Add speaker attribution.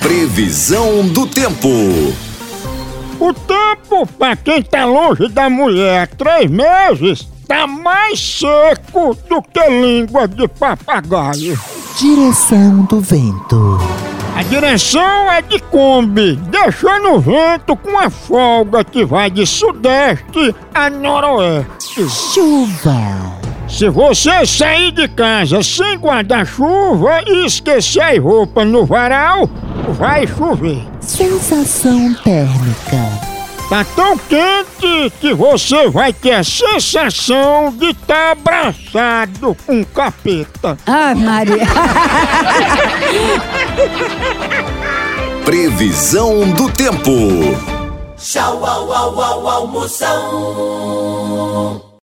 Speaker 1: Previsão do tempo.
Speaker 2: O tempo pra quem tá longe da mulher há três meses tá mais seco do que língua de papagaio.
Speaker 3: Direção do vento.
Speaker 2: A direção é de Kombi, deixando o vento com a folga que vai de sudeste a noroeste.
Speaker 3: Chuva.
Speaker 2: Se você sair de casa sem guarda-chuva e esquecer as roupas no varal, vai chover.
Speaker 3: Sensação térmica.
Speaker 2: Tá tão quente que você vai ter a sensação de estar abraçado com um capeta.
Speaker 4: Ah, Maria.
Speaker 1: Previsão do tempo.
Speaker 5: Tchau, au, au, au, almoção.